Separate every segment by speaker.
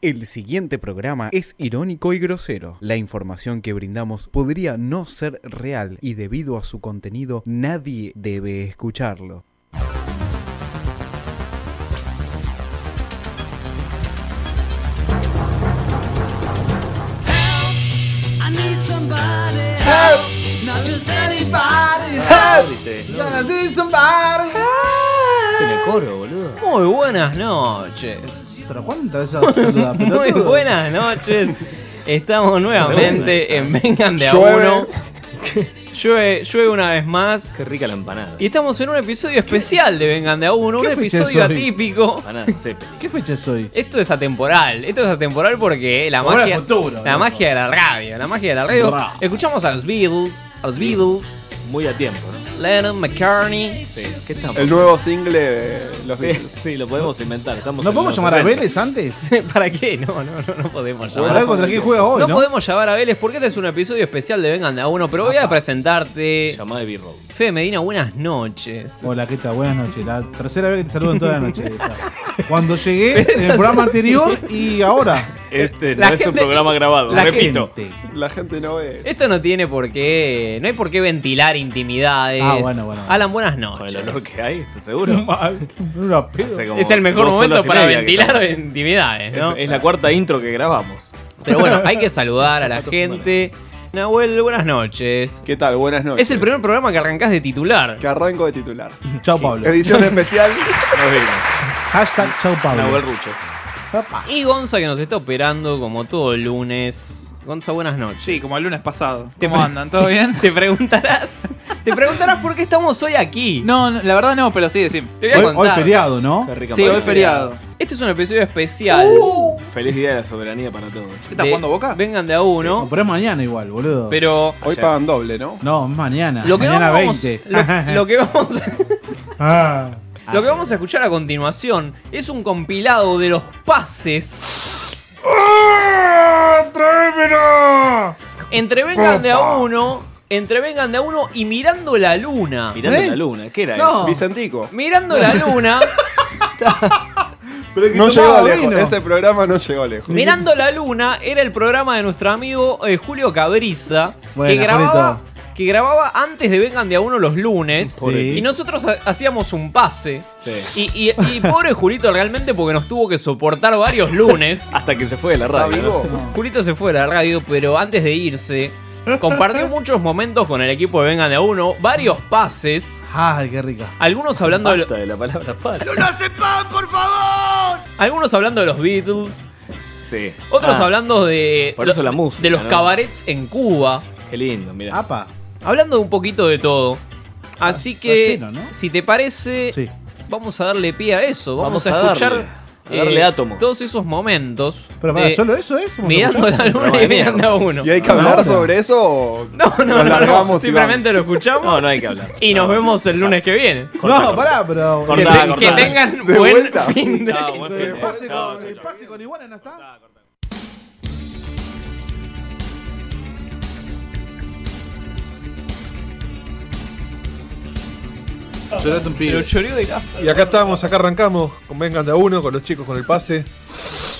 Speaker 1: El siguiente programa es irónico y grosero. La información que brindamos podría no ser real y debido a su contenido nadie debe escucharlo.
Speaker 2: I need somebody.
Speaker 3: Help!
Speaker 2: Not just
Speaker 3: Anybody
Speaker 4: Triste.
Speaker 3: Gonna do somebody
Speaker 4: En el coro, boludo.
Speaker 5: Muy buenas noches.
Speaker 3: ¿Pero cuántas veces has saludado,
Speaker 5: Muy
Speaker 3: pelotudo?
Speaker 5: buenas noches. Estamos nuevamente en Vengan de a
Speaker 3: Llueve.
Speaker 5: uno. Llueve, llueve una vez más.
Speaker 4: Qué rica la empanada.
Speaker 5: Y estamos en un episodio especial de Vengan de a uno, un
Speaker 3: qué fecha es
Speaker 5: episodio
Speaker 3: hoy?
Speaker 5: atípico.
Speaker 4: Empanada de Zeppelin.
Speaker 3: ¿Qué fecha es hoy?
Speaker 5: Esto es atemporal, esto es atemporal porque la
Speaker 3: Ahora
Speaker 5: magia,
Speaker 3: es futuro,
Speaker 5: la
Speaker 3: loco.
Speaker 5: magia de la radio, la magia de la radio.
Speaker 3: Ra.
Speaker 5: Escuchamos a los Beatles, a los Beatles,
Speaker 4: Muy a tiempo, ¿no?
Speaker 5: Lennon, McCartney.
Speaker 4: Sí. ¿Qué estamos?
Speaker 6: El nuevo single de los
Speaker 4: Sí,
Speaker 6: Beatles.
Speaker 4: sí, lo podemos inventar. Estamos
Speaker 3: ¿No
Speaker 4: en
Speaker 3: podemos
Speaker 4: los
Speaker 3: llamar a
Speaker 4: 60.
Speaker 3: Vélez antes?
Speaker 5: ¿Para qué? No, no, no, no podemos llamar.
Speaker 3: Ahora contra quién juega hoy,
Speaker 5: No,
Speaker 3: ¿no?
Speaker 5: podemos llevar a Vélez porque este es un episodio especial de Vengan de a uno, pero voy a presentarte.
Speaker 4: Llamada de B-Roll.
Speaker 5: Fede Medina, buenas noches.
Speaker 3: Hola, ¿qué tal? Buenas noches. La tercera vez que te saludo en toda la noche. Cuando llegué en el programa anterior y ahora.
Speaker 4: Este no
Speaker 5: La
Speaker 4: es un
Speaker 5: gente-
Speaker 4: programa grabado,
Speaker 5: la
Speaker 4: repito.
Speaker 3: Gente.
Speaker 6: La gente no ve.
Speaker 5: Esto no tiene por qué. No hay por qué ventilar intimidades.
Speaker 3: Ah, bueno, bueno.
Speaker 5: Alan, buenas
Speaker 4: Con
Speaker 5: noches.
Speaker 4: el olor que hay, ¿estás seguro?
Speaker 3: Una pedo.
Speaker 4: Hace como
Speaker 5: Es el mejor
Speaker 4: dos
Speaker 5: momento
Speaker 4: horas y
Speaker 5: para
Speaker 4: media que
Speaker 5: ventilar
Speaker 4: estamos.
Speaker 5: intimidades, ¿no?
Speaker 4: Es, es la cuarta intro que grabamos.
Speaker 5: Pero bueno, hay que saludar a la gente. Nahuel, buenas noches.
Speaker 6: ¿Qué tal? Buenas noches.
Speaker 5: Es el primer programa que arrancás de titular.
Speaker 6: Que arranco de titular.
Speaker 3: Chao, Pablo.
Speaker 6: Edición especial.
Speaker 4: Nos vimos.
Speaker 3: Hashtag chao,
Speaker 5: Ah,
Speaker 3: Pablo.
Speaker 4: Nahuel Rucho.
Speaker 3: Papá.
Speaker 5: Y Gonza que nos está operando como todo lunes. Gonza, buenas noches.
Speaker 7: Sí, como el lunes pasado.
Speaker 5: Te
Speaker 7: ¿Cómo
Speaker 5: pre-
Speaker 7: andan? ¿Todo bien?
Speaker 5: Te preguntarás. Te preguntarás por qué estamos hoy aquí.
Speaker 7: No, no, la verdad no, pero sí, decime.
Speaker 5: Te voy a
Speaker 3: Hoy, hoy
Speaker 5: contar.
Speaker 3: feriado, ¿no?
Speaker 4: Qué rica
Speaker 7: Sí, hoy
Speaker 4: empanada.
Speaker 7: feriado.
Speaker 5: Este es un episodio especial.
Speaker 4: Feliz día de la soberanía para todos.
Speaker 7: ¿Qué está
Speaker 5: de-
Speaker 7: jugando Boca?
Speaker 5: Vengan de a uno.
Speaker 3: Pero es mañana igual, boludo.
Speaker 5: Pero.
Speaker 6: Hoy pagan doble, ¿no?
Speaker 3: No, es mañana.
Speaker 5: Lo que
Speaker 3: mañana
Speaker 5: vamos,
Speaker 3: 20.
Speaker 5: Lo, lo que vamos
Speaker 3: Ah.
Speaker 5: lo que vamos a escuchar a continuación es un compilado de los pases. Entre vengan de a uno. Entre vengan de a uno y mirando la luna.
Speaker 4: Mirando
Speaker 3: ¿Eh?
Speaker 4: la luna, ¿qué era
Speaker 3: No.
Speaker 4: eso?
Speaker 6: Vicentico.
Speaker 5: Mirando la luna.
Speaker 3: Pero que
Speaker 6: No
Speaker 3: tomaba
Speaker 6: llegó lejos.
Speaker 3: vino.
Speaker 6: Ese programa no llegó lejos.
Speaker 5: Mirando la Luna era el programa de nuestro amigo eh, Julio Cabriza, que,
Speaker 3: Bueno,
Speaker 5: grababa, que grababa antes de Vengan de a uno los lunes.
Speaker 3: Sí.
Speaker 5: Y nosotros ha- hacíamos un pase.
Speaker 4: Sí.
Speaker 5: Y, y- y pobre Julito realmente porque nos tuvo que soportar varios lunes.
Speaker 4: Hasta que se fue de la
Speaker 6: ¿Está
Speaker 4: radio.
Speaker 6: vivo?
Speaker 4: ¿no?
Speaker 5: Julito se fue a la radio, pero antes de irse, compartió muchos momentos con el equipo de Vengan de a uno, varios pases.
Speaker 3: Ay, qué rica.
Speaker 5: Algunos hablando, de lo-
Speaker 4: Basta de la palabra paz.
Speaker 5: algunos hablando de los Beatles,
Speaker 4: Sí.
Speaker 5: otros
Speaker 4: Ah,
Speaker 5: hablando de,
Speaker 4: por eso la música,
Speaker 5: de los
Speaker 4: ¿no?
Speaker 5: cabarets en Cuba.
Speaker 4: Qué lindo,
Speaker 5: Ah.
Speaker 4: mira.
Speaker 3: Apa.
Speaker 5: Hablando un poquito de todo. Así
Speaker 3: Ah, está
Speaker 5: que,
Speaker 3: lleno, ¿no?
Speaker 5: si te parece,
Speaker 3: Sí.
Speaker 5: vamos a darle pie a eso. Vamos,
Speaker 4: Vamos
Speaker 5: a,
Speaker 4: a
Speaker 5: escuchar eh,
Speaker 4: darle, a darle átomos.
Speaker 5: todos esos momentos.
Speaker 3: Pero para,
Speaker 5: de
Speaker 3: ¿solo eso es? ¿Vamos a
Speaker 5: Mirando
Speaker 3: escuchar?
Speaker 5: la luna
Speaker 4: programa
Speaker 5: y
Speaker 4: de
Speaker 5: mirando
Speaker 4: mierda.
Speaker 5: a uno.
Speaker 6: ¿Y hay que
Speaker 3: No,
Speaker 6: hablar
Speaker 3: no.
Speaker 6: sobre eso o
Speaker 5: No, no,
Speaker 6: nos
Speaker 5: no, no,
Speaker 6: largamos y
Speaker 5: Simplemente lo escuchamos
Speaker 4: No, no hay que hablar.
Speaker 5: y nos
Speaker 4: No.
Speaker 5: vemos el lunes que viene.
Speaker 3: No, pará, pero.
Speaker 5: Que,
Speaker 4: Cortá,
Speaker 5: te-
Speaker 4: cortá.
Speaker 5: que tengan
Speaker 6: De
Speaker 5: buen
Speaker 6: vuelta.
Speaker 5: fin de
Speaker 4: Chao, Ah, buen fin de-
Speaker 3: El pase
Speaker 4: Eh, Chao,
Speaker 3: con-
Speaker 4: chao,
Speaker 3: el
Speaker 4: chao.
Speaker 3: pase con Iguana no está.
Speaker 8: Jonathan Pires. Y acá estamos, acá arrancamos con Vengan de a uno, con los chicos con el pase.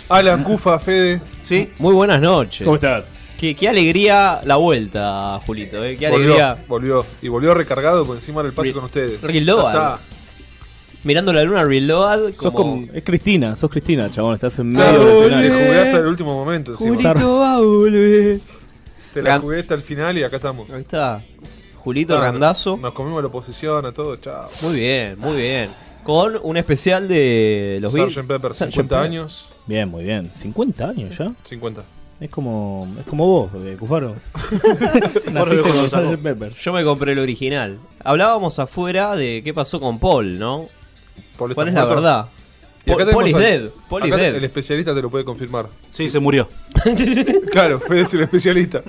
Speaker 8: Alan, Cufa, Fede.
Speaker 3: Sí.
Speaker 5: Muy buenas noches.
Speaker 8: estás?
Speaker 5: Qué, qué alegría la vuelta, Julito. eh, Qué
Speaker 8: Volvió,
Speaker 5: alegría.
Speaker 8: volvió. Y volvió recargado por encima del pase con ustedes.
Speaker 5: Reload.
Speaker 8: Ya está.
Speaker 5: Mirando la luna reload.
Speaker 9: Sos
Speaker 5: como-
Speaker 9: con- es Cristina, sos Cristina, chabón, estás en medio
Speaker 8: Claro,
Speaker 9: del
Speaker 8: te
Speaker 9: escenario.
Speaker 8: jugué hasta el último momento encima.
Speaker 5: Julito va a volver.
Speaker 8: Te la
Speaker 5: Gran-
Speaker 8: jugué hasta el final y acá estamos. Ah,
Speaker 5: Ahí está. Julito Randazo.
Speaker 8: Nos comimos la oposición a todo, chao.
Speaker 5: Muy bien, muy bien. Con un especial de los Beatles.
Speaker 8: Sgt. Pepper, 50
Speaker 5: Pepper.
Speaker 8: años.
Speaker 9: Bien, muy bien. 50 años ya.
Speaker 8: 50.
Speaker 9: Es como es como vos, eh, Cufaro.
Speaker 4: Cufaro
Speaker 9: Naciste
Speaker 4: de
Speaker 9: con
Speaker 4: Gonzalo.
Speaker 9: Sgt. Peppers.
Speaker 5: Yo me compré el original. Hablábamos afuera de qué pasó con Paul, ¿no?
Speaker 8: Paul está
Speaker 5: ¿Cuál es la
Speaker 8: muerto.
Speaker 5: verdad?
Speaker 8: Y acá
Speaker 5: Paul,
Speaker 8: tenemos
Speaker 5: Paul is
Speaker 8: al-
Speaker 5: dead. Paul is
Speaker 8: acá
Speaker 5: dead.
Speaker 8: El especialista te lo puede confirmar.
Speaker 9: Sí, se murió.
Speaker 8: Claro, Fede es el especialista.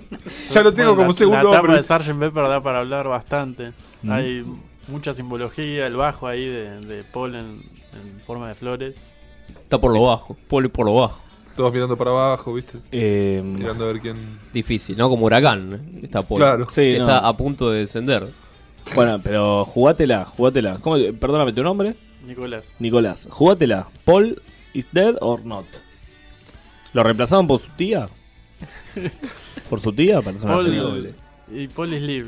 Speaker 8: Ya lo
Speaker 10: Bueno,
Speaker 8: tengo como
Speaker 10: la-
Speaker 8: segundo
Speaker 10: La tabla
Speaker 8: hombre.
Speaker 10: de Sgt. Pepper da para hablar bastante. Hay mucha simbología, el bajo ahí de, de Paul en, en forma de flores.
Speaker 5: Está por lo bajo. Paul por lo bajo.
Speaker 8: Todos mirando para abajo, ¿viste?
Speaker 9: Eh,
Speaker 8: Mirando a ver quién.
Speaker 5: Difícil, ¿no? Como huracán. ¿eh? Está Paul.
Speaker 8: Claro.
Speaker 9: sí, no.
Speaker 5: Está a punto de descender.
Speaker 9: Bueno, pero jugátela, jugátela. ¿Cómo, perdóname tu nombre,
Speaker 10: Nicolás.
Speaker 9: Nicolás. Jugátela. Paul is dead or not. ¿Lo reemplazaban por su tía? ¿Por su tía? Para
Speaker 4: Ah,
Speaker 9: sonar así.
Speaker 10: Paul y Paul is live.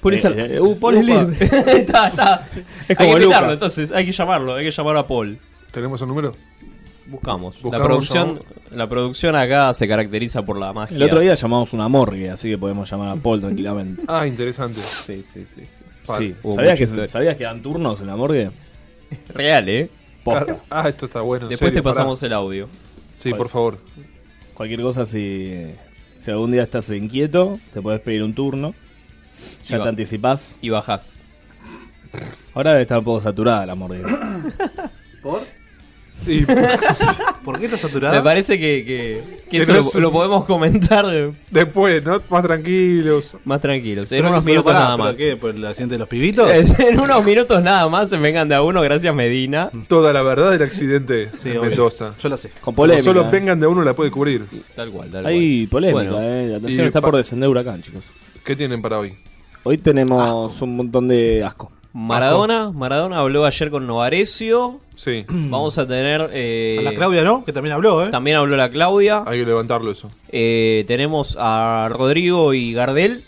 Speaker 9: Por esa-
Speaker 4: Eh,
Speaker 9: uh, Eh, Paul es
Speaker 4: Upa.
Speaker 9: libre.
Speaker 5: está, está.
Speaker 9: Es
Speaker 5: hay
Speaker 9: como
Speaker 5: que invitarlo,
Speaker 9: Luca.
Speaker 5: entonces, hay que llamarlo, hay que llamar a Paul.
Speaker 8: ¿Tenemos el número?
Speaker 5: Buscamos. la
Speaker 8: Buscamos
Speaker 5: producción, la producción acá se caracteriza por la magia.
Speaker 9: El otro día llamamos una morgue, así que podemos llamar a Paul tranquilamente.
Speaker 8: Ah, interesante.
Speaker 5: Sí, sí, sí. sí.
Speaker 9: Sí.
Speaker 5: Hubo
Speaker 9: ¿Sabías
Speaker 5: mucha
Speaker 9: que,
Speaker 5: historia.
Speaker 9: ¿Sabías que dan turnos en la morgue?
Speaker 5: Real, ¿eh?
Speaker 9: Posta.
Speaker 8: Ah, esto está bueno. en
Speaker 5: Después
Speaker 8: serio,
Speaker 5: te
Speaker 8: pará.
Speaker 5: pasamos el audio.
Speaker 8: Sí, por favor.
Speaker 9: Cualquier cosa, si, si algún día estás inquieto, te podés pedir un turno. Ya
Speaker 5: Iba.
Speaker 9: te anticipás.
Speaker 5: Y bajás.
Speaker 9: Ahora debe estar un poco saturada la morgue.
Speaker 3: ¿Por?
Speaker 8: Y-
Speaker 3: ¿Por qué está
Speaker 5: Me
Speaker 3: saturada?
Speaker 5: parece que, que, que
Speaker 8: Que
Speaker 5: eso
Speaker 8: no
Speaker 5: lo,
Speaker 8: es-
Speaker 5: lo podemos comentar eh,
Speaker 8: después, ¿no? Más tranquilos.
Speaker 5: más tranquilos. En
Speaker 3: Pero
Speaker 5: unos
Speaker 3: que- pero
Speaker 5: minutos
Speaker 3: pará,
Speaker 5: nada
Speaker 3: ¿pero
Speaker 5: más.
Speaker 3: qué? ¿Por el accidente de los pibitos?
Speaker 5: en unos minutos nada más. en Vengan de a uno, gracias Medina.
Speaker 8: Toda la verdad del accidente
Speaker 3: Sí,
Speaker 8: en
Speaker 3: obvio.
Speaker 8: Mendoza.
Speaker 3: Yo la sé.
Speaker 9: Con polémica.
Speaker 8: Solo
Speaker 9: eh.
Speaker 8: vengan de uno la puede cubrir.
Speaker 5: Tal cual, tal cual.
Speaker 9: Hay polémica,
Speaker 5: Bueno.
Speaker 9: eh. La tensión
Speaker 8: Y
Speaker 9: está
Speaker 8: pa-
Speaker 9: por descender huracán, chicos.
Speaker 8: ¿Qué tienen para hoy?
Speaker 9: Hoy tenemos un montón de asco.
Speaker 5: Maradona, Maradona habló ayer con Novarecio.
Speaker 8: Sí,
Speaker 5: Vamos a tener. eh,
Speaker 3: Mm. A la Claudia, ¿no? Que también habló, ¿eh?
Speaker 5: También habló la Claudia.
Speaker 8: hay que levantarlo eso.
Speaker 5: Eh, tenemos a Rodrigo y Gardel,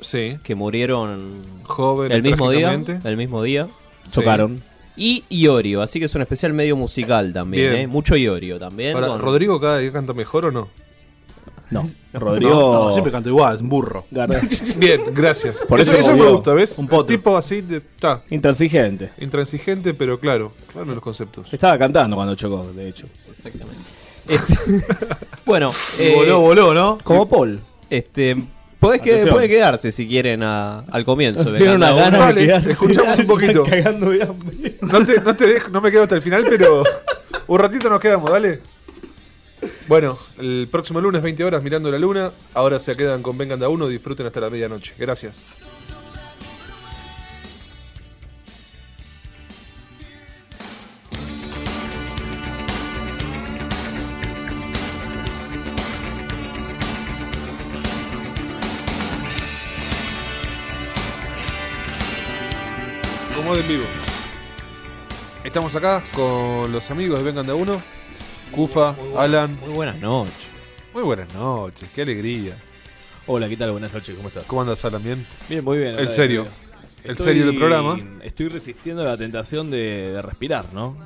Speaker 8: Sí.
Speaker 5: que murieron
Speaker 8: Joven.
Speaker 5: el mismo día.
Speaker 8: trágicamente.
Speaker 5: El mismo día.
Speaker 9: Chocaron.
Speaker 5: Y Iorio, así que es un especial medio musical también,
Speaker 8: Bien.
Speaker 5: ¿eh? Mucho Iorio también.
Speaker 8: Ahora,
Speaker 5: con-
Speaker 8: ¿Rodrigo cada día canta mejor o no?
Speaker 9: No.
Speaker 3: No,
Speaker 9: Rodrigo.
Speaker 3: no, siempre canto igual, es un burro.
Speaker 9: Gar-
Speaker 8: Bien, gracias.
Speaker 9: Por
Speaker 8: eso
Speaker 9: eso
Speaker 8: eso me
Speaker 9: movió.
Speaker 8: gusta, ¿ves?
Speaker 3: Un pote.
Speaker 8: Tipo así, de- está.
Speaker 9: Intransigente.
Speaker 8: Intransigente, pero claro. Claro los conceptos.
Speaker 9: Estaba cantando cuando chocó, de hecho.
Speaker 5: Exactamente. Este- bueno, eh,
Speaker 3: voló, voló, ¿no?
Speaker 9: Como Paul.
Speaker 5: este, podés que,
Speaker 9: Atención.
Speaker 5: puede quedarse si quieren a- al comienzo. vengan
Speaker 9: Tiene una
Speaker 5: a uno.
Speaker 9: gana
Speaker 8: Vale,
Speaker 9: de quedarse.
Speaker 8: escuchamos un poquito.
Speaker 9: Están cagando de hambre.
Speaker 8: No te, no te dejo- no me quedo hasta el final, pero un ratito nos quedamos, dale. Bueno, el próximo lunes 20 horas mirando la luna. Ahora se quedan con Vengan de a uno, disfruten hasta la medianoche. Gracias. Como de en vivo. Estamos acá con los amigos de Vengan de a uno. Cufa, Alan.
Speaker 5: Muy buenas noches.
Speaker 8: Muy buenas noches, qué alegría.
Speaker 4: Hola, ¿qué tal? Buenas noches, ¿cómo estás?
Speaker 8: ¿Cómo andas, Alan? ¿Bien?
Speaker 4: Bien, muy bien.
Speaker 8: El serio. El serio del programa.
Speaker 4: Estoy resistiendo la tentación de, de respirar, ¿no?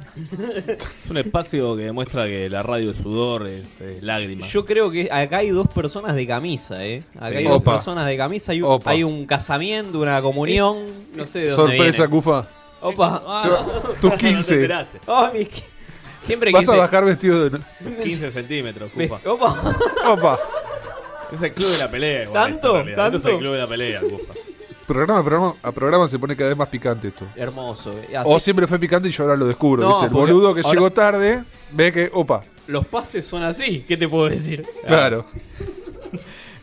Speaker 4: es un espacio que demuestra que la radio es sudor, es, es lágrimas.
Speaker 5: Yo creo que acá hay dos personas de camisa, ¿eh? Acá
Speaker 4: Sí.
Speaker 5: hay
Speaker 8: Opa.
Speaker 5: dos personas de camisa. Hay un,
Speaker 8: Opa.
Speaker 5: hay un casamiento, una comunión. No sé de dónde
Speaker 8: Sorpresa,
Speaker 5: viene. Ah,
Speaker 8: Cufa.
Speaker 5: Opa.
Speaker 8: Tus
Speaker 4: no te
Speaker 8: 15.
Speaker 4: enteraste.
Speaker 5: Oh, mi- Siempre
Speaker 8: Vas
Speaker 5: quise...
Speaker 8: a bajar vestido de.
Speaker 4: 15 centímetros,
Speaker 5: me-
Speaker 4: Cufa.
Speaker 5: Opa.
Speaker 8: Opa.
Speaker 4: Es el club de la pelea. igual,
Speaker 5: ¿Tanto?
Speaker 4: esto en realidad. Esto es
Speaker 5: ¿Tanto?
Speaker 4: el club de la pelea, Cufa.
Speaker 8: Programa, a programa a programa se pone cada vez más picante esto.
Speaker 5: Hermoso. eh. Así-
Speaker 8: O siempre fue picante y yo ahora lo descubro,
Speaker 5: No,
Speaker 8: ¿viste? El
Speaker 5: porque
Speaker 8: boludo que
Speaker 5: ahora-
Speaker 8: llegó tarde ve que, opa,
Speaker 5: Los pases son así. ¿Qué te puedo decir?
Speaker 8: claro,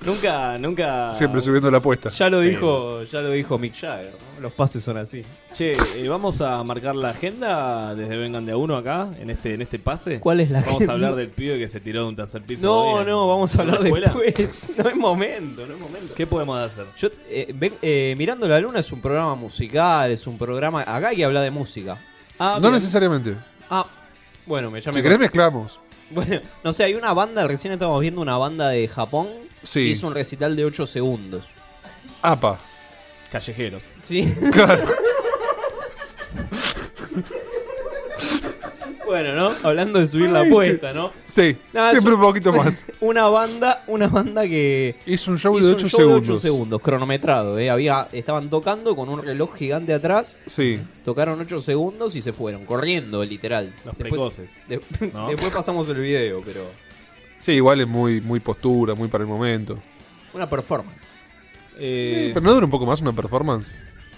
Speaker 4: Nunca, nunca.
Speaker 8: siempre subiendo la apuesta.
Speaker 5: Ah. Ya lo
Speaker 4: Sí.
Speaker 5: dijo, ya lo dijo Mick Jagger. ¿no? Los pases son así.
Speaker 4: Che, eh, vamos a marcar la agenda desde Vengan de a uno acá, en este, en este pase.
Speaker 5: ¿Cuál es la
Speaker 4: Vamos a hablar del pibe que se tiró de un tercer piso. hoy
Speaker 5: No,
Speaker 4: en-
Speaker 5: no, vamos
Speaker 4: en
Speaker 5: a hablar
Speaker 4: la escuela.
Speaker 5: después. No es momento, no es momento.
Speaker 4: ¿Qué podemos hacer?
Speaker 5: Yo, eh, ven- eh, Mirando la Luna es un programa musical, es un programa. Acá hay que hablar de música. Ah,
Speaker 8: no
Speaker 5: bien.
Speaker 8: necesariamente.
Speaker 5: Ah, bueno, me
Speaker 8: Si
Speaker 5: llamé.
Speaker 8: querés mezclamos.
Speaker 5: Bueno, no sé, hay una banda, recién estamos viendo una banda de Japón
Speaker 8: Sí.
Speaker 5: que hizo un recital de 8 segundos.
Speaker 8: Apa.
Speaker 4: Callejeros.
Speaker 5: Sí. bueno, ¿no? Hablando de subir la apuesta, ¿no?
Speaker 8: Sí,
Speaker 5: Nada,
Speaker 8: siempre
Speaker 5: es
Speaker 8: un poquito más.
Speaker 5: Una banda, una banda que
Speaker 8: Es un show
Speaker 5: hizo
Speaker 8: de
Speaker 5: un
Speaker 8: 8
Speaker 5: show de
Speaker 8: segundos.
Speaker 5: ocho segundos, cronometrado, eh. Había, estaban tocando con un reloj gigante atrás,
Speaker 8: Sí,
Speaker 5: tocaron 8 segundos y se fueron, corriendo, literal.
Speaker 4: Los
Speaker 5: Después-
Speaker 4: precoces.
Speaker 5: de-
Speaker 4: ¿no?
Speaker 5: Después pasamos el video, pero.
Speaker 8: sí, igual es muy, muy postura, muy para el momento.
Speaker 5: Una performance.
Speaker 4: Eh,
Speaker 8: Pero no dura un poco más una performance.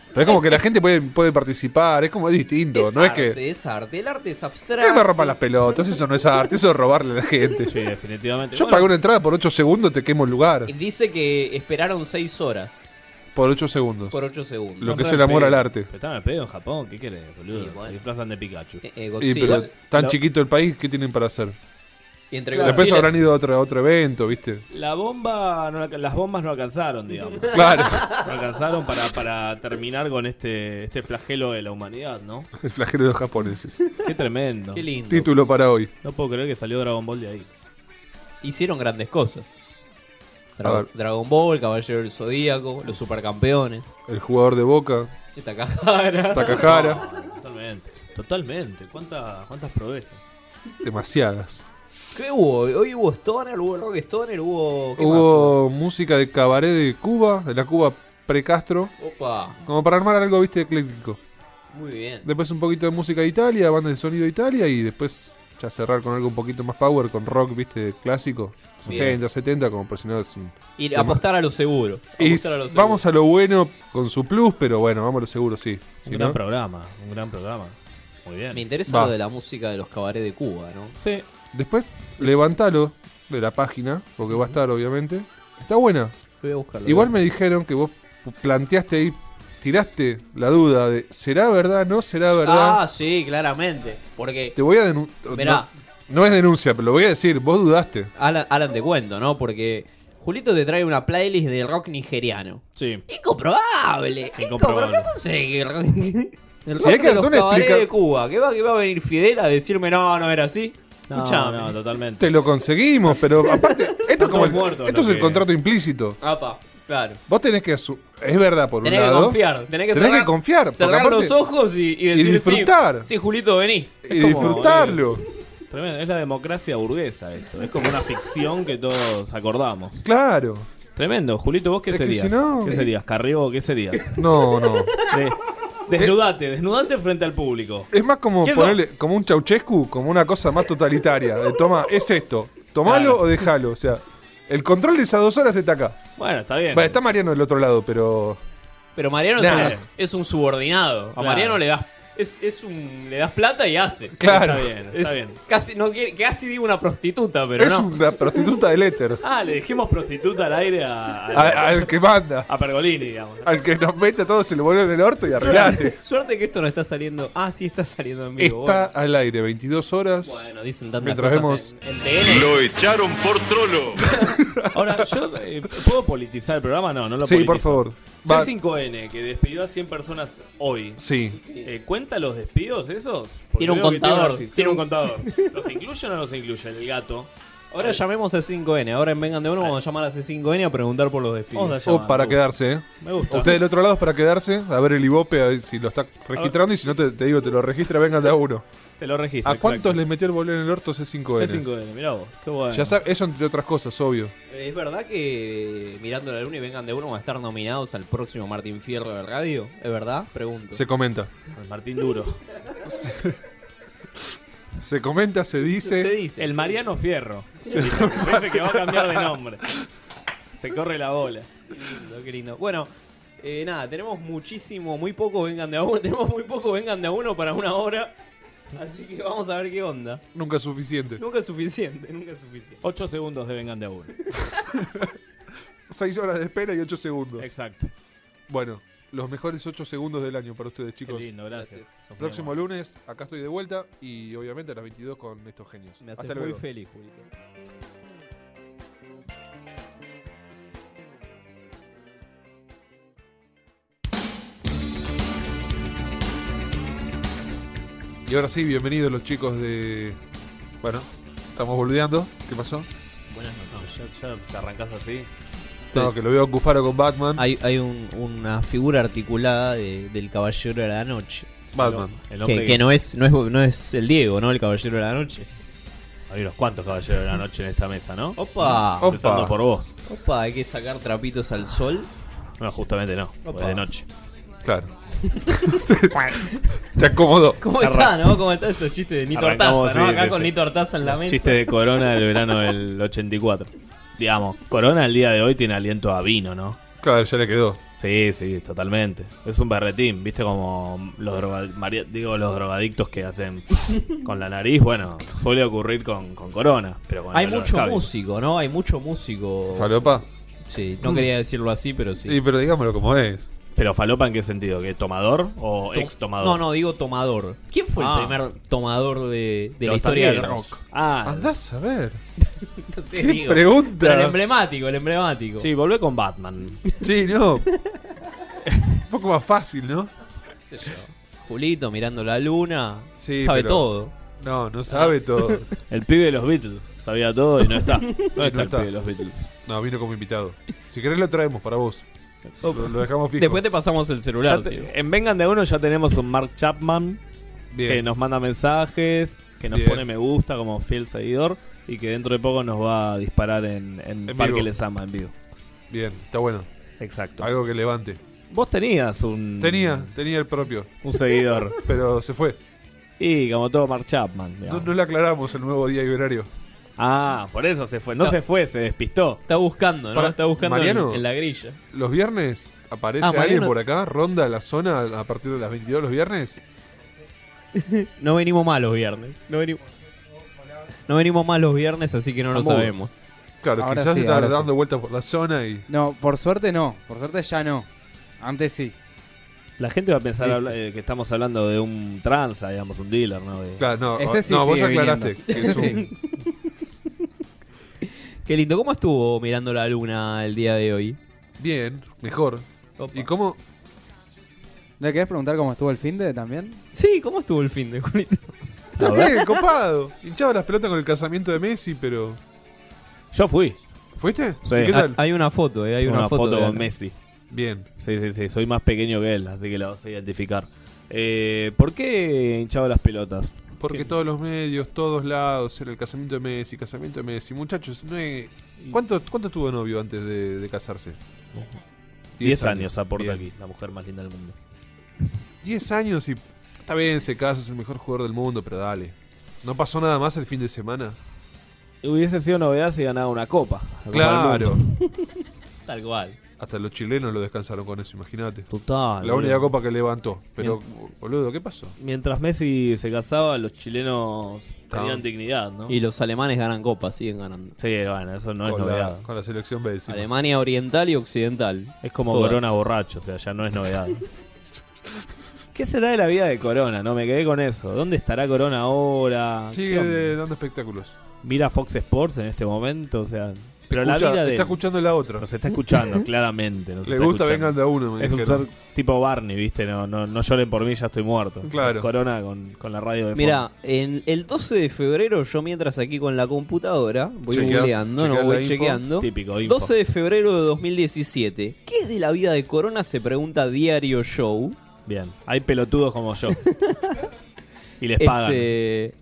Speaker 8: Pero es como
Speaker 5: Es-
Speaker 8: que la
Speaker 5: es-
Speaker 8: gente puede, puede participar, es como es distinto,
Speaker 5: es
Speaker 8: no
Speaker 5: arte,
Speaker 8: es que.
Speaker 5: es arte. El arte es
Speaker 8: "Eh,
Speaker 5: abstracto.
Speaker 8: me rompan las pelotas, eso no es arte, eso es robarle a la gente.
Speaker 4: sí, definitivamente.
Speaker 8: Yo
Speaker 4: Bueno,
Speaker 8: pagué una entrada por 8 segundos, te quemo el lugar.
Speaker 5: Dice que esperaron 6 horas
Speaker 8: Por 8 segundos.
Speaker 5: por 8 segundos.
Speaker 8: Lo que
Speaker 4: están
Speaker 8: es
Speaker 4: al
Speaker 8: el amor
Speaker 4: pedo.
Speaker 8: al arte.
Speaker 4: Pero están al pedo en Japón, ¿qué querés, boludo?
Speaker 5: Y bueno.
Speaker 4: Se disfrazan de Pikachu.
Speaker 5: Eh, eh,
Speaker 8: Y,
Speaker 5: Godzilla.
Speaker 8: pero tan
Speaker 4: La-
Speaker 8: chiquito el país, ¿qué tienen para hacer?
Speaker 5: Y entre
Speaker 8: Después
Speaker 5: Godzilla-
Speaker 8: habrán ido a otro, a otro evento, ¿viste?
Speaker 4: La bomba, no alca- las bombas no alcanzaron, digamos.
Speaker 8: Claro,
Speaker 4: No alcanzaron para, para terminar con este, este flagelo de la humanidad, ¿no?
Speaker 8: el flagelo de los japoneses.
Speaker 4: Qué tremendo.
Speaker 5: Qué lindo.
Speaker 8: Título para hoy.
Speaker 4: No puedo creer que salió Dragon Ball de ahí.
Speaker 5: hicieron grandes cosas.
Speaker 8: A
Speaker 5: Dra-
Speaker 8: ver.
Speaker 5: Dragon Ball, Caballero del Zodíaco, los supercampeones.
Speaker 8: El jugador de Boca,
Speaker 5: Esta cajara.
Speaker 8: Takahara,
Speaker 4: Totalmente. Totalmente. ¿Cuántas, cuántas proezas?
Speaker 8: demasiadas.
Speaker 5: ¿Qué hubo? hoy? Hoy hubo Stoner, hubo Rock Stoner, hubo. ¿Qué
Speaker 8: Hubo música de cabaret de Cuba, de la Cuba precastro,
Speaker 5: más hubo? Opa,
Speaker 8: como para armar algo, viste, ecléctico.
Speaker 5: muy bien.
Speaker 8: Después un poquito de música de Italia, banda de sonido de Italia y después ya cerrar con algo un poquito más power, con rock, viste, clásico.
Speaker 5: Bien.
Speaker 8: 60, 70, como por si no es un-
Speaker 5: Y apostar a lo seguro.
Speaker 8: Y
Speaker 5: Apostar a lo seguro.
Speaker 8: vamos a lo bueno con su plus, pero bueno, vamos a lo seguro, sí. Si
Speaker 4: Un
Speaker 8: no-
Speaker 4: gran programa. Un gran programa. Muy bien.
Speaker 5: Me interesa
Speaker 8: Va.
Speaker 5: lo de la música de los cabarets de Cuba, ¿no?
Speaker 4: Sí.
Speaker 8: Después, levantalo de la página, porque va a estar, obviamente. Está buena.
Speaker 5: Voy a buscarlo.
Speaker 8: Igual me dijeron que vos planteaste ahí, tiraste la duda de, ¿será verdad? ¿No será verdad?
Speaker 5: Ah, sí, claramente. Porque,
Speaker 8: Te voy a denunciar.
Speaker 5: mirá,
Speaker 8: No, no es denuncia, pero lo voy a decir, vos dudaste.
Speaker 5: Alan, Alan te cuento, ¿no? Porque Julito te trae una playlist de rock nigeriano.
Speaker 4: Sí.
Speaker 5: Incomprobable.
Speaker 4: Incomprobable.
Speaker 5: Incomprobable. ¿Cómo sé que el rock, el
Speaker 8: Si
Speaker 5: rock
Speaker 8: hay que
Speaker 5: de los
Speaker 8: dar una
Speaker 5: cabarets
Speaker 8: explica-
Speaker 5: de Cuba? ¿Que va, que va a venir Fidel a decirme no, no era así?
Speaker 4: No,
Speaker 5: Escuchame.
Speaker 4: no, totalmente.
Speaker 8: Te lo conseguimos, pero aparte, esto es como el,
Speaker 4: muertos
Speaker 8: esto es
Speaker 4: los
Speaker 8: el
Speaker 4: que-
Speaker 8: contrato implícito.
Speaker 5: Apa, claro.
Speaker 8: Vos tenés que asu- es verdad por
Speaker 5: Tenés
Speaker 8: un
Speaker 5: que
Speaker 8: lado.
Speaker 5: confiar. Tenés que
Speaker 8: Tenés
Speaker 5: cerrar,
Speaker 8: que confiar, porque
Speaker 5: cerrar
Speaker 8: aparte-
Speaker 5: los ojos y, y decir sí,
Speaker 8: disfrutar.
Speaker 5: Sí, Julito, vení.
Speaker 8: Y disfrutarlo.
Speaker 5: eh.
Speaker 4: Tremendo. Es la democracia burguesa esto. Es como una ficción que todos acordamos.
Speaker 8: Claro.
Speaker 4: Tremendo. Julito, ¿vos qué
Speaker 8: Es que
Speaker 4: serías?
Speaker 8: si no- eh.
Speaker 4: ¿Qué serías? ¿Carrió? ¿Qué serías?
Speaker 8: No, no.
Speaker 4: De-
Speaker 8: Eh,
Speaker 4: desnudate, desnudate frente al público.
Speaker 8: Es más como
Speaker 4: ¿Quién
Speaker 8: ponerle, como un chauchescu, como una cosa más totalitaria. De toma, es esto. Tomalo
Speaker 4: Claro.
Speaker 8: o déjalo. O sea, el control de esas dos horas está acá.
Speaker 4: Bueno, está bien.
Speaker 8: Va, está Mariano del otro lado, pero.
Speaker 5: Pero Mariano es
Speaker 8: Nah.
Speaker 5: un- es un subordinado. A
Speaker 4: Claro.
Speaker 5: Mariano le das. Es, es un, le das plata y hace.
Speaker 8: Claro.
Speaker 4: Está bien, está
Speaker 5: Es-
Speaker 4: bien.
Speaker 5: Casi, no, quiere- casi digo una prostituta, pero
Speaker 8: es
Speaker 5: no.
Speaker 8: una prostituta del éter.
Speaker 4: Ah, le dijimos prostituta al aire a,
Speaker 8: A- al que manda.
Speaker 4: a Pergolini, digamos.
Speaker 8: Al que nos mete a todos se le vuelve en el orto y arreglate.
Speaker 5: Suerte que esto no está saliendo. Ah, sí, está saliendo en vivo.
Speaker 8: Está al aire, 22 horas.
Speaker 5: Bueno, Bueno, dicen tantas
Speaker 8: Mientras
Speaker 5: cosas en, en TN.
Speaker 4: Ahora, yo eh, ¿puedo politizar el programa? No, no lo
Speaker 8: sí,
Speaker 4: politizo.
Speaker 8: por favor. Va-
Speaker 4: C5N, que despidió a 100 personas hoy.
Speaker 8: Sí.
Speaker 4: Eh, ¿Cuenta los despidos esos?
Speaker 5: Tiene un
Speaker 4: veo que
Speaker 5: contador.
Speaker 4: una- Tiene, un contador. ¿Los incluye o no los incluye el gato? Ah.
Speaker 5: Ahora llamemos a C5N. Ahora en Vengan de Uno vamos a llamar a C5N a preguntar por los despidos.
Speaker 4: Vamos a
Speaker 8: O
Speaker 4: llamar.
Speaker 8: para quedarse, ¿eh?
Speaker 4: Me gusta.
Speaker 8: Usted del otro lado es para quedarse, a ver el Ibope, a ver si lo está registrando y si no te, te digo, te lo registra, venga de a uno.
Speaker 4: Te lo registra.
Speaker 8: ¿A cuántos
Speaker 4: exacto.
Speaker 8: les metió el bolón en el orto C5N?
Speaker 4: C5N, mirá vos. Qué bueno.
Speaker 8: Ya sabes, eso entre otras cosas, obvio.
Speaker 5: Eh, ¿Es verdad
Speaker 4: eh,
Speaker 5: que Mirando la Luna y Vengan de Uno van a estar nominados al próximo Martín Fierro de Radio? ¿Es verdad? Pregunto.
Speaker 8: Se comenta.
Speaker 4: Martín Duro.
Speaker 8: Se comenta, se dice.
Speaker 5: Se dice.
Speaker 4: El Mariano Fierro. Parece que va a cambiar de nombre. Se corre la bola.
Speaker 5: Lindo, qué lindo. Bueno, eh, nada, tenemos muchísimo, muy poco Vengan de a Uno. Tenemos muy poco Vengan de a Uno para una hora. Así que vamos a ver qué onda.
Speaker 8: Nunca es suficiente.
Speaker 5: Nunca es suficiente, nunca es suficiente.
Speaker 4: 8 segundos de Vengan de a uno.
Speaker 8: Seis horas de espera y ocho segundos.
Speaker 4: Exacto.
Speaker 8: Bueno, los mejores ocho segundos del año para ustedes,
Speaker 4: Qué
Speaker 8: chicos.
Speaker 4: lindo, gracias.
Speaker 8: Próximo lunes, acá estoy de vuelta y obviamente a las 22 con estos genios.
Speaker 5: Me hace
Speaker 8: Hasta
Speaker 5: muy
Speaker 8: luego.
Speaker 5: feliz, Julito.
Speaker 8: Y ahora sí, bienvenidos los chicos de. Bueno, estamos boludeando. ¿Qué pasó?
Speaker 4: Buenas noches. Ya, ya, arrancás así.
Speaker 8: No, que lo veo a Cufaro con Batman.
Speaker 5: Hay, hay un- una figura articulada de- del Caballero de la Noche.
Speaker 8: Batman.
Speaker 4: El hombre
Speaker 5: Que, que no, es, no, es, no es el Diego, ¿no? El Caballero de la Noche.
Speaker 4: Hay unos cuantos caballeros de la noche en esta mesa, ¿no?
Speaker 5: Opa,
Speaker 8: Opa.
Speaker 4: Empezando por vos.
Speaker 5: opa, hay que sacar trapitos al sol.
Speaker 4: No, justamente no. porque
Speaker 5: Opa.
Speaker 4: es de noche.
Speaker 8: Claro. Te acomodó.
Speaker 5: ¿Cómo
Speaker 4: Ya
Speaker 5: está,
Speaker 4: arran-
Speaker 5: no? ¿Cómo está esos chistes de Nito Artaza,
Speaker 4: Arrancamos,
Speaker 5: no?
Speaker 4: sí,
Speaker 5: Acá
Speaker 4: sí,
Speaker 5: con
Speaker 4: sí.
Speaker 5: Nito Artaza en la mesa.
Speaker 4: Chiste de Corona del verano del 84. Digamos, Corona el día de hoy tiene aliento a vino, ¿no?
Speaker 8: Claro, ya le quedó.
Speaker 4: Sí, sí, totalmente. Es un berretín, ¿viste? Como los, droga- mari- digo, los drogadictos que hacen con la nariz. Bueno, suele ocurrir con, con Corona. Pero con
Speaker 5: Hay
Speaker 4: el olor
Speaker 5: mucho
Speaker 4: a escabio.
Speaker 5: músico, ¿no? Hay mucho músico.
Speaker 8: ¿Falopa?
Speaker 5: Sí, no quería decirlo así, pero sí.
Speaker 8: Y, pero digámoslo como es.
Speaker 4: ¿Pero falopa en qué sentido? ¿Que tomador o
Speaker 5: Tom-
Speaker 4: ex tomador?
Speaker 5: No, no, digo tomador. ¿Quién fue
Speaker 4: Ah.
Speaker 5: el primer tomador de, de la
Speaker 4: Los
Speaker 5: historia del
Speaker 4: tangueros.
Speaker 5: rock?
Speaker 4: Ah,
Speaker 8: Andás a ver.
Speaker 5: No sé,
Speaker 8: ¿Qué
Speaker 5: digo. Pero el
Speaker 8: pregunta?
Speaker 5: emblemático, el emblemático.
Speaker 4: sí, volvé con Batman.
Speaker 8: Sí, no. Un poco más fácil, ¿no?
Speaker 5: Julito mirando la luna.
Speaker 8: Sí,
Speaker 5: sabe
Speaker 8: pero-
Speaker 5: todo.
Speaker 8: No, no sabe todo.
Speaker 4: El pibe de los Beatles. Sabía todo y no está. No está el
Speaker 8: está.
Speaker 4: pibe de los Beatles.
Speaker 8: No, vino como invitado. Si querés lo traemos para vos. Lo, lo dejamos fijo.
Speaker 5: Después te pasamos el
Speaker 4: Ya
Speaker 5: celular.
Speaker 4: te-
Speaker 5: si no.
Speaker 4: en Vengan de Uno ya tenemos un Mark Chapman que
Speaker 8: Bien.
Speaker 4: nos manda mensajes, que nos
Speaker 8: Bien.
Speaker 4: pone me gusta como fiel seguidor y que dentro de poco nos va a disparar en, en
Speaker 8: En
Speaker 4: Parque
Speaker 8: vivo.
Speaker 4: Les Ama en vivo.
Speaker 8: Bien, está bueno.
Speaker 4: Exacto.
Speaker 8: Algo que levante.
Speaker 4: Vos tenías un,
Speaker 8: Tenía, tenía el propio,
Speaker 4: Mm. un seguidor.
Speaker 8: pero se fue.
Speaker 4: y como todo Mark Chapman.
Speaker 8: No,
Speaker 4: digamos.
Speaker 8: no le aclaramos el nuevo día y horario.
Speaker 4: Ah, por eso se fue. No,
Speaker 5: No.
Speaker 4: se fue, se despistó.
Speaker 5: Está buscando, ¿no?
Speaker 8: Para-
Speaker 5: Está buscando en,
Speaker 8: Mariano.
Speaker 5: en la grilla.
Speaker 8: Los viernes aparece
Speaker 5: Ah,
Speaker 8: alguien
Speaker 5: Mariano-
Speaker 8: por acá, ronda la zona a partir de las 22 los viernes.
Speaker 5: No venimos mal los viernes. No venimos. No venimos mal los viernes, así que no lo
Speaker 8: Vamos.
Speaker 5: sabemos.
Speaker 8: Claro,
Speaker 1: Ahora
Speaker 8: quizás
Speaker 1: sí,
Speaker 8: está
Speaker 1: ahora sí.
Speaker 8: dando vueltas por la zona y
Speaker 1: No, por suerte no. Por suerte ya no. Antes sí.
Speaker 4: La gente va a pensar habla- eh, que estamos hablando de un tranza, digamos, un dealer, ¿no? De-
Speaker 8: Claro, no,
Speaker 1: Ese sí
Speaker 8: no vos
Speaker 1: sigue
Speaker 8: aclaraste.
Speaker 1: viniendo.
Speaker 8: que es
Speaker 1: Ese
Speaker 8: un-
Speaker 1: sí.
Speaker 5: Qué lindo. ¿Cómo estuvo mirando la luna el día de hoy?
Speaker 8: Bien, mejor.
Speaker 5: Opa.
Speaker 8: ¿Y cómo?
Speaker 1: ¿Le querés preguntar cómo estuvo el fin de también?
Speaker 5: Sí, ¿cómo estuvo el fin de Julito?
Speaker 8: Está bien, eh, copado. Hinchado las pelotas con el casamiento de Messi, pero.
Speaker 4: Yo fui.
Speaker 8: ¿Fuiste?
Speaker 4: Sí. Ah,
Speaker 8: ¿Qué tal?
Speaker 5: Hay una foto, eh, hay una,
Speaker 4: una, foto,
Speaker 5: de
Speaker 4: con
Speaker 5: Ana.
Speaker 4: Messi.
Speaker 8: Bien.
Speaker 4: Sí, sí, sí. Soy más pequeño que él, así que la vas a identificar. Eh, ¿Por qué hinchado las pelotas?
Speaker 8: Porque
Speaker 4: Bien.
Speaker 8: todos los medios, todos lados, era el casamiento de Messi, casamiento de Messi. Muchachos, no hay- ¿Cuánto, ¿cuánto tuvo novio antes de, de casarse?
Speaker 4: 10 años aporta
Speaker 8: Bien.
Speaker 4: aquí, la mujer más linda del mundo.
Speaker 8: 10 años y. Está bien, se casa, es el mejor jugador del mundo, pero dale. ¿No pasó nada más el fin de semana?
Speaker 4: Hubiese sido novedad si ganaba una copa. La Copa del
Speaker 8: Claro.
Speaker 4: Mundo.
Speaker 5: Tal cual.
Speaker 8: Hasta los chilenos lo descansaron con eso, imagínate.
Speaker 4: Total.
Speaker 8: La
Speaker 4: boludo.
Speaker 8: única copa que levantó. Pero, boludo, ¿qué pasó?
Speaker 4: Mientras Messi se casaba, los chilenos tenían
Speaker 8: Estaban-
Speaker 4: dignidad, ¿no?
Speaker 5: Y los alemanes ganan copas, siguen ganando.
Speaker 4: Sí, bueno, eso no es
Speaker 8: con, la,
Speaker 4: novedad.
Speaker 8: con la selección B encima.
Speaker 5: Alemania oriental y occidental.
Speaker 4: Es como
Speaker 5: Todas.
Speaker 4: Corona borracho, o sea, ya no es novedad. ¿Qué será de la vida de Corona? No me quedé con eso. ¿Dónde estará Corona ahora? ¿Qué
Speaker 8: Sigue
Speaker 4: onda?
Speaker 8: de- dando espectáculos.
Speaker 4: Mira Fox Sports en este momento, o sea, pero la
Speaker 8: Escucha,
Speaker 4: vida de
Speaker 8: Está escuchando la otra.
Speaker 4: nos está escuchando claramente, nos
Speaker 8: Le
Speaker 4: está
Speaker 8: gusta
Speaker 4: escuchando.
Speaker 8: vengan de uno, me
Speaker 4: Es un
Speaker 8: dijeron.
Speaker 4: ser tipo Barney, ¿viste? No, no, no lloren por mí, ya estoy muerto.
Speaker 8: Claro.
Speaker 4: Corona con, con la radio de
Speaker 5: Mira, en el 12 de febrero, yo mientras aquí con la computadora, voy
Speaker 8: Chequeás-
Speaker 5: googleando, no
Speaker 8: chequeás la
Speaker 5: voy
Speaker 8: info.
Speaker 5: chequeando.
Speaker 4: fondo. típico info.
Speaker 5: 12 de febrero de 2017. ¿Qué es de la vida de Corona? Se pregunta Diario Show.
Speaker 4: Bien, hay pelotudos como yo. y les pagan.
Speaker 5: Este,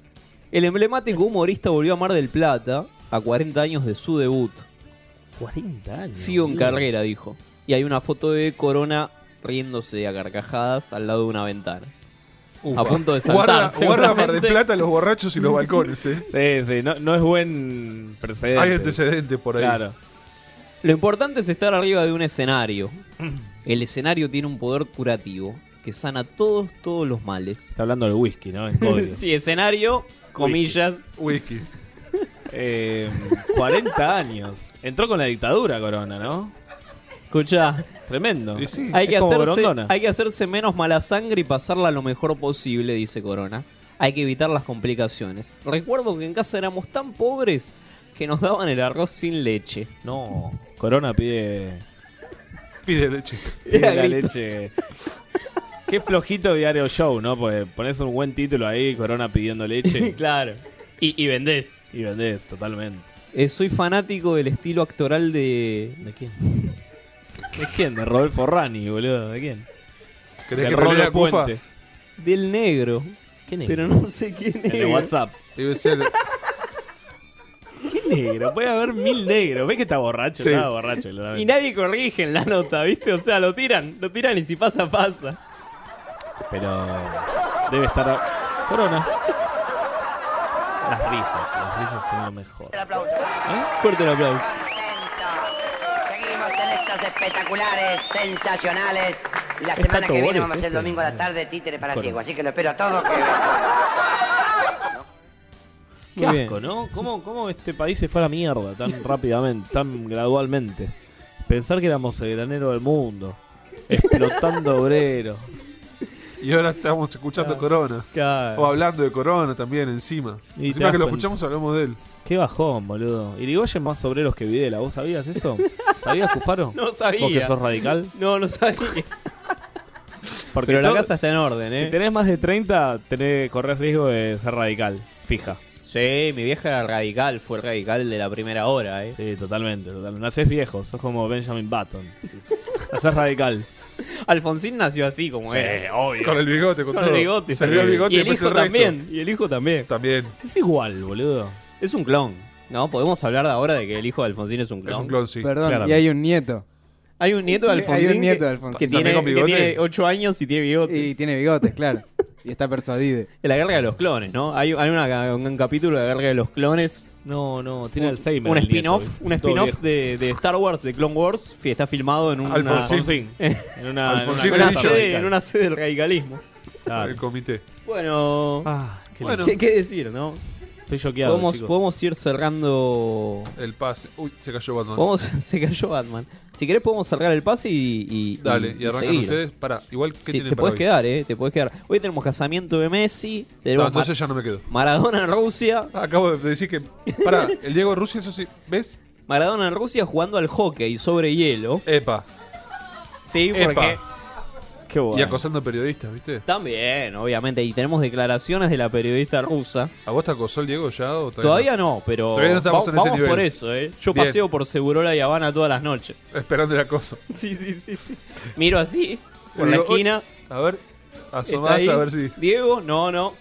Speaker 5: el emblemático humorista volvió a Mar del Plata a 40 años de su debut.
Speaker 4: 40 años.
Speaker 5: Sigo en carrera, dijo. Y hay una foto de Corona riéndose a carcajadas al lado de una ventana.
Speaker 8: Ufa.
Speaker 5: A punto de
Speaker 8: Guarda,
Speaker 5: saltar.
Speaker 8: guarda Mar del
Speaker 5: seguramente.
Speaker 8: Plata los borrachos y los balcones, eh.
Speaker 4: Sí, sí, no, no es buen precedente.
Speaker 8: Hay antecedentes por ahí.
Speaker 4: Claro.
Speaker 5: Lo importante es estar arriba de un escenario. El escenario tiene un poder curativo que sana todos, todos los males.
Speaker 4: Está hablando del whisky, ¿no? En código.
Speaker 5: Sí, escenario, comillas.
Speaker 8: Whisky.
Speaker 4: Eh, 40 años. Entró con la dictadura Corona, ¿no?
Speaker 5: Escucha,
Speaker 4: Tremendo.
Speaker 8: Y sí.
Speaker 5: Ah, hay, que
Speaker 4: Es como
Speaker 5: hacerse-
Speaker 4: Grondona.
Speaker 5: hay que hacerse menos mala sangre y pasarla lo mejor posible, dice Corona. Hay que evitar las complicaciones. Recuerdo que en casa éramos tan pobres que nos daban el arroz sin leche.
Speaker 4: No. Corona pide,
Speaker 8: Pide leche.
Speaker 4: pide
Speaker 5: Era
Speaker 4: la
Speaker 5: gritos.
Speaker 4: leche. Qué flojito diario show, ¿no? Pues pones un buen título ahí, Corona pidiendo leche.
Speaker 5: claro. Y, y vendés.
Speaker 4: y vendés totalmente.
Speaker 5: Eh, soy fanático del estilo actoral de,
Speaker 4: ¿De quién? ¿De quién? De Rodolfo Rani, boludo. ¿De quién?
Speaker 8: ¿Querés
Speaker 4: Del
Speaker 8: que pelee a
Speaker 4: Rolo
Speaker 8: Cufa?
Speaker 4: Puente.
Speaker 5: del negro.
Speaker 4: ¿Qué negro?
Speaker 5: Pero no sé quién
Speaker 4: El de
Speaker 5: es.
Speaker 4: WhatsApp.
Speaker 8: Debe ser.
Speaker 4: ¿Qué negro? Puede haber mil negros. ¿Ves que está borracho?
Speaker 8: Sí.
Speaker 4: Estaba borracho, lo lamento.
Speaker 5: Y nadie corrige en la nota, ¿viste? O sea, lo tiran, lo tiran y si pasa, pasa.
Speaker 4: Pero debe estar a- Corona. Las risas, las risas son lo mejor.
Speaker 10: ¿Eh?
Speaker 5: Fuerte el aplauso.
Speaker 2: Seguimos con estos espectaculares, sensacionales. Y La
Speaker 4: Es
Speaker 2: semana
Speaker 4: Tato
Speaker 2: que viene
Speaker 4: Bores
Speaker 2: vamos a hacer el
Speaker 4: este.
Speaker 2: domingo a la tarde títere para
Speaker 4: Bueno.
Speaker 2: ciego. Así que lo espero a todos. que-
Speaker 4: Qué
Speaker 5: Muy
Speaker 4: asco, ¿no? ¿Cómo, ¿Cómo este país se fue a la mierda tan rápidamente, tan gradualmente? Pensar que éramos el granero del mundo, explotando obreros.
Speaker 8: Y ahora estamos escuchando Corona. O hablando de Corona también, encima.
Speaker 4: Y te
Speaker 8: encima
Speaker 4: das
Speaker 8: que lo
Speaker 4: cuenta.
Speaker 8: escuchamos, hablamos de él.
Speaker 4: Qué bajón, boludo. Irigoyen más obreros que Videla, ¿vos sabías eso? ¿Sabías, Cufaro?
Speaker 5: No
Speaker 4: ¿Vos que
Speaker 5: sabía.
Speaker 4: sos radical?
Speaker 5: No, no sabía.
Speaker 4: Porque
Speaker 5: Pero la
Speaker 4: to-
Speaker 5: casa está en orden,
Speaker 4: Si
Speaker 5: ¿eh?
Speaker 4: tenés más de 30, tenés, corres riesgo de ser radical. fija.
Speaker 5: Sí, mi vieja era radical, fue radical de la primera hora, ¿eh?
Speaker 4: Sí, totalmente, totalmente. Nacés viejo, sos como Benjamin Button. Nacés radical.
Speaker 5: Alfonsín nació así como era.
Speaker 4: obvio.
Speaker 8: Con el bigote, con,
Speaker 5: Con
Speaker 8: todo.
Speaker 5: el bigote.
Speaker 8: Se vio el bigote
Speaker 5: y el
Speaker 8: después
Speaker 5: hijo
Speaker 8: resto.
Speaker 5: también. Y el hijo también.
Speaker 8: También.
Speaker 4: Es igual, boludo.
Speaker 5: Es un clon. No, podemos hablar de ahora de que el hijo de Alfonsín es un
Speaker 8: Es
Speaker 5: clon.
Speaker 8: un clon, sí.
Speaker 11: Perdón,
Speaker 4: Claro.
Speaker 11: y hay un nieto.
Speaker 5: Hay un nieto de
Speaker 11: Sí, hay
Speaker 5: Alfonsín.
Speaker 11: un nieto
Speaker 5: que-
Speaker 11: de Alfonsín.
Speaker 5: Que
Speaker 8: ¿También
Speaker 5: tiene,
Speaker 8: con
Speaker 5: que
Speaker 8: bigote?
Speaker 5: tiene 8 años y tiene bigotes.
Speaker 11: Y tiene bigotes, claro. Y está persuadido.
Speaker 5: En La guerra de los clones, ¿no? Hay, hay una- un, capítulo de la guerra de los clones.
Speaker 4: No, no, tiene Alzheimer.
Speaker 5: un
Speaker 4: el nieto,
Speaker 5: spin-off,
Speaker 4: ¿viste?
Speaker 5: un
Speaker 4: Todo
Speaker 5: spin-off
Speaker 4: viejo.
Speaker 5: de, de Star Wars, de Clone Wars. que Está filmado en una,
Speaker 8: Alfonsín.
Speaker 4: Alfonsín. En una,
Speaker 8: Alfonsín
Speaker 4: en
Speaker 5: en
Speaker 4: una,
Speaker 5: una
Speaker 8: Edition.
Speaker 5: sede, en una sede del radicalismo.
Speaker 8: El comité.
Speaker 5: Bueno,
Speaker 4: Ah, qué
Speaker 8: Bueno.
Speaker 5: ¿qué, qué decir, no?
Speaker 4: Estoy choqueado,
Speaker 5: Podemos,
Speaker 4: chicos.
Speaker 5: podemos ir cerrando.
Speaker 8: El pase. Uy, se cayó Batman.
Speaker 5: podemos- se cayó Batman. Si querés, podemos cerrar el pase y. y-
Speaker 8: Dale, y arrancan
Speaker 5: seguir.
Speaker 8: ustedes. Pará, igual, ¿qué
Speaker 5: Sí,
Speaker 8: tienen
Speaker 5: te
Speaker 8: para
Speaker 5: puedes
Speaker 8: hoy?
Speaker 5: quedar, eh. Te puedes quedar. Hoy tenemos casamiento de Messi.
Speaker 8: No,
Speaker 5: Tenemos
Speaker 8: entonces ya no me quedo. Ah,
Speaker 5: Ma- Maradona en Rusia.
Speaker 8: Acabo de decir que. Pará, el Diego Rusia, eso sí. ¿Ves?
Speaker 5: Maradona en Rusia jugando al hockey sobre hielo.
Speaker 8: Epa.
Speaker 5: Sí,
Speaker 8: Epa.
Speaker 5: porque.
Speaker 4: Qué bueno.
Speaker 8: Y acosando periodistas, ¿viste?
Speaker 5: También, obviamente. Y tenemos declaraciones de la periodista rusa.
Speaker 8: ¿A vos te acosó el Diego ya o
Speaker 5: Todavía no, pero.
Speaker 8: Todavía no estamos
Speaker 5: va-
Speaker 8: en ese
Speaker 5: vamos
Speaker 8: nivel.
Speaker 5: por eso, eh. Yo
Speaker 8: Bien.
Speaker 5: paseo por Segurola y Habana todas las noches.
Speaker 8: Esperando el acoso.
Speaker 5: Sí, sí, sí, sí. Miro así, por
Speaker 8: Digo,
Speaker 5: la esquina.
Speaker 8: A ver,
Speaker 5: Está
Speaker 8: asomás
Speaker 5: ahí.
Speaker 8: a ver si.
Speaker 5: Diego, no, no.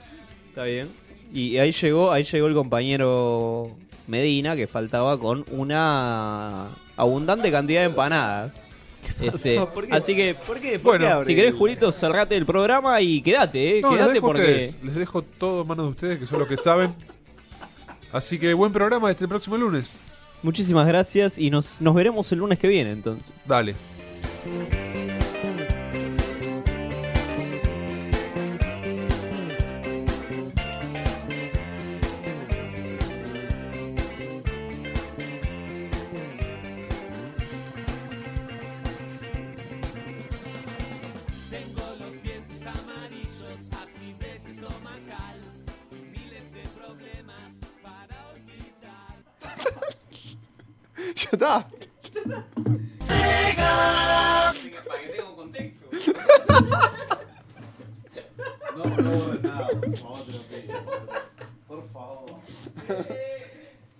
Speaker 5: Está bien. Y ahí llegó, ahí llegó el compañero Medina que faltaba con una abundante cantidad de empanadas. Este, así que,
Speaker 8: Bueno,
Speaker 5: si querés, Julito, cerrate el programa y quédate, eh.
Speaker 8: no, les
Speaker 5: quédate
Speaker 8: dejo a
Speaker 5: porque.
Speaker 8: ustedes. Les dejo todo en manos de ustedes, que son los que saben. Así que buen programa este próximo lunes.
Speaker 5: Muchísimas gracias y nos, nos veremos el lunes que viene entonces.
Speaker 8: Dale.
Speaker 6: Ya está.
Speaker 5: contexto.
Speaker 11: No, no,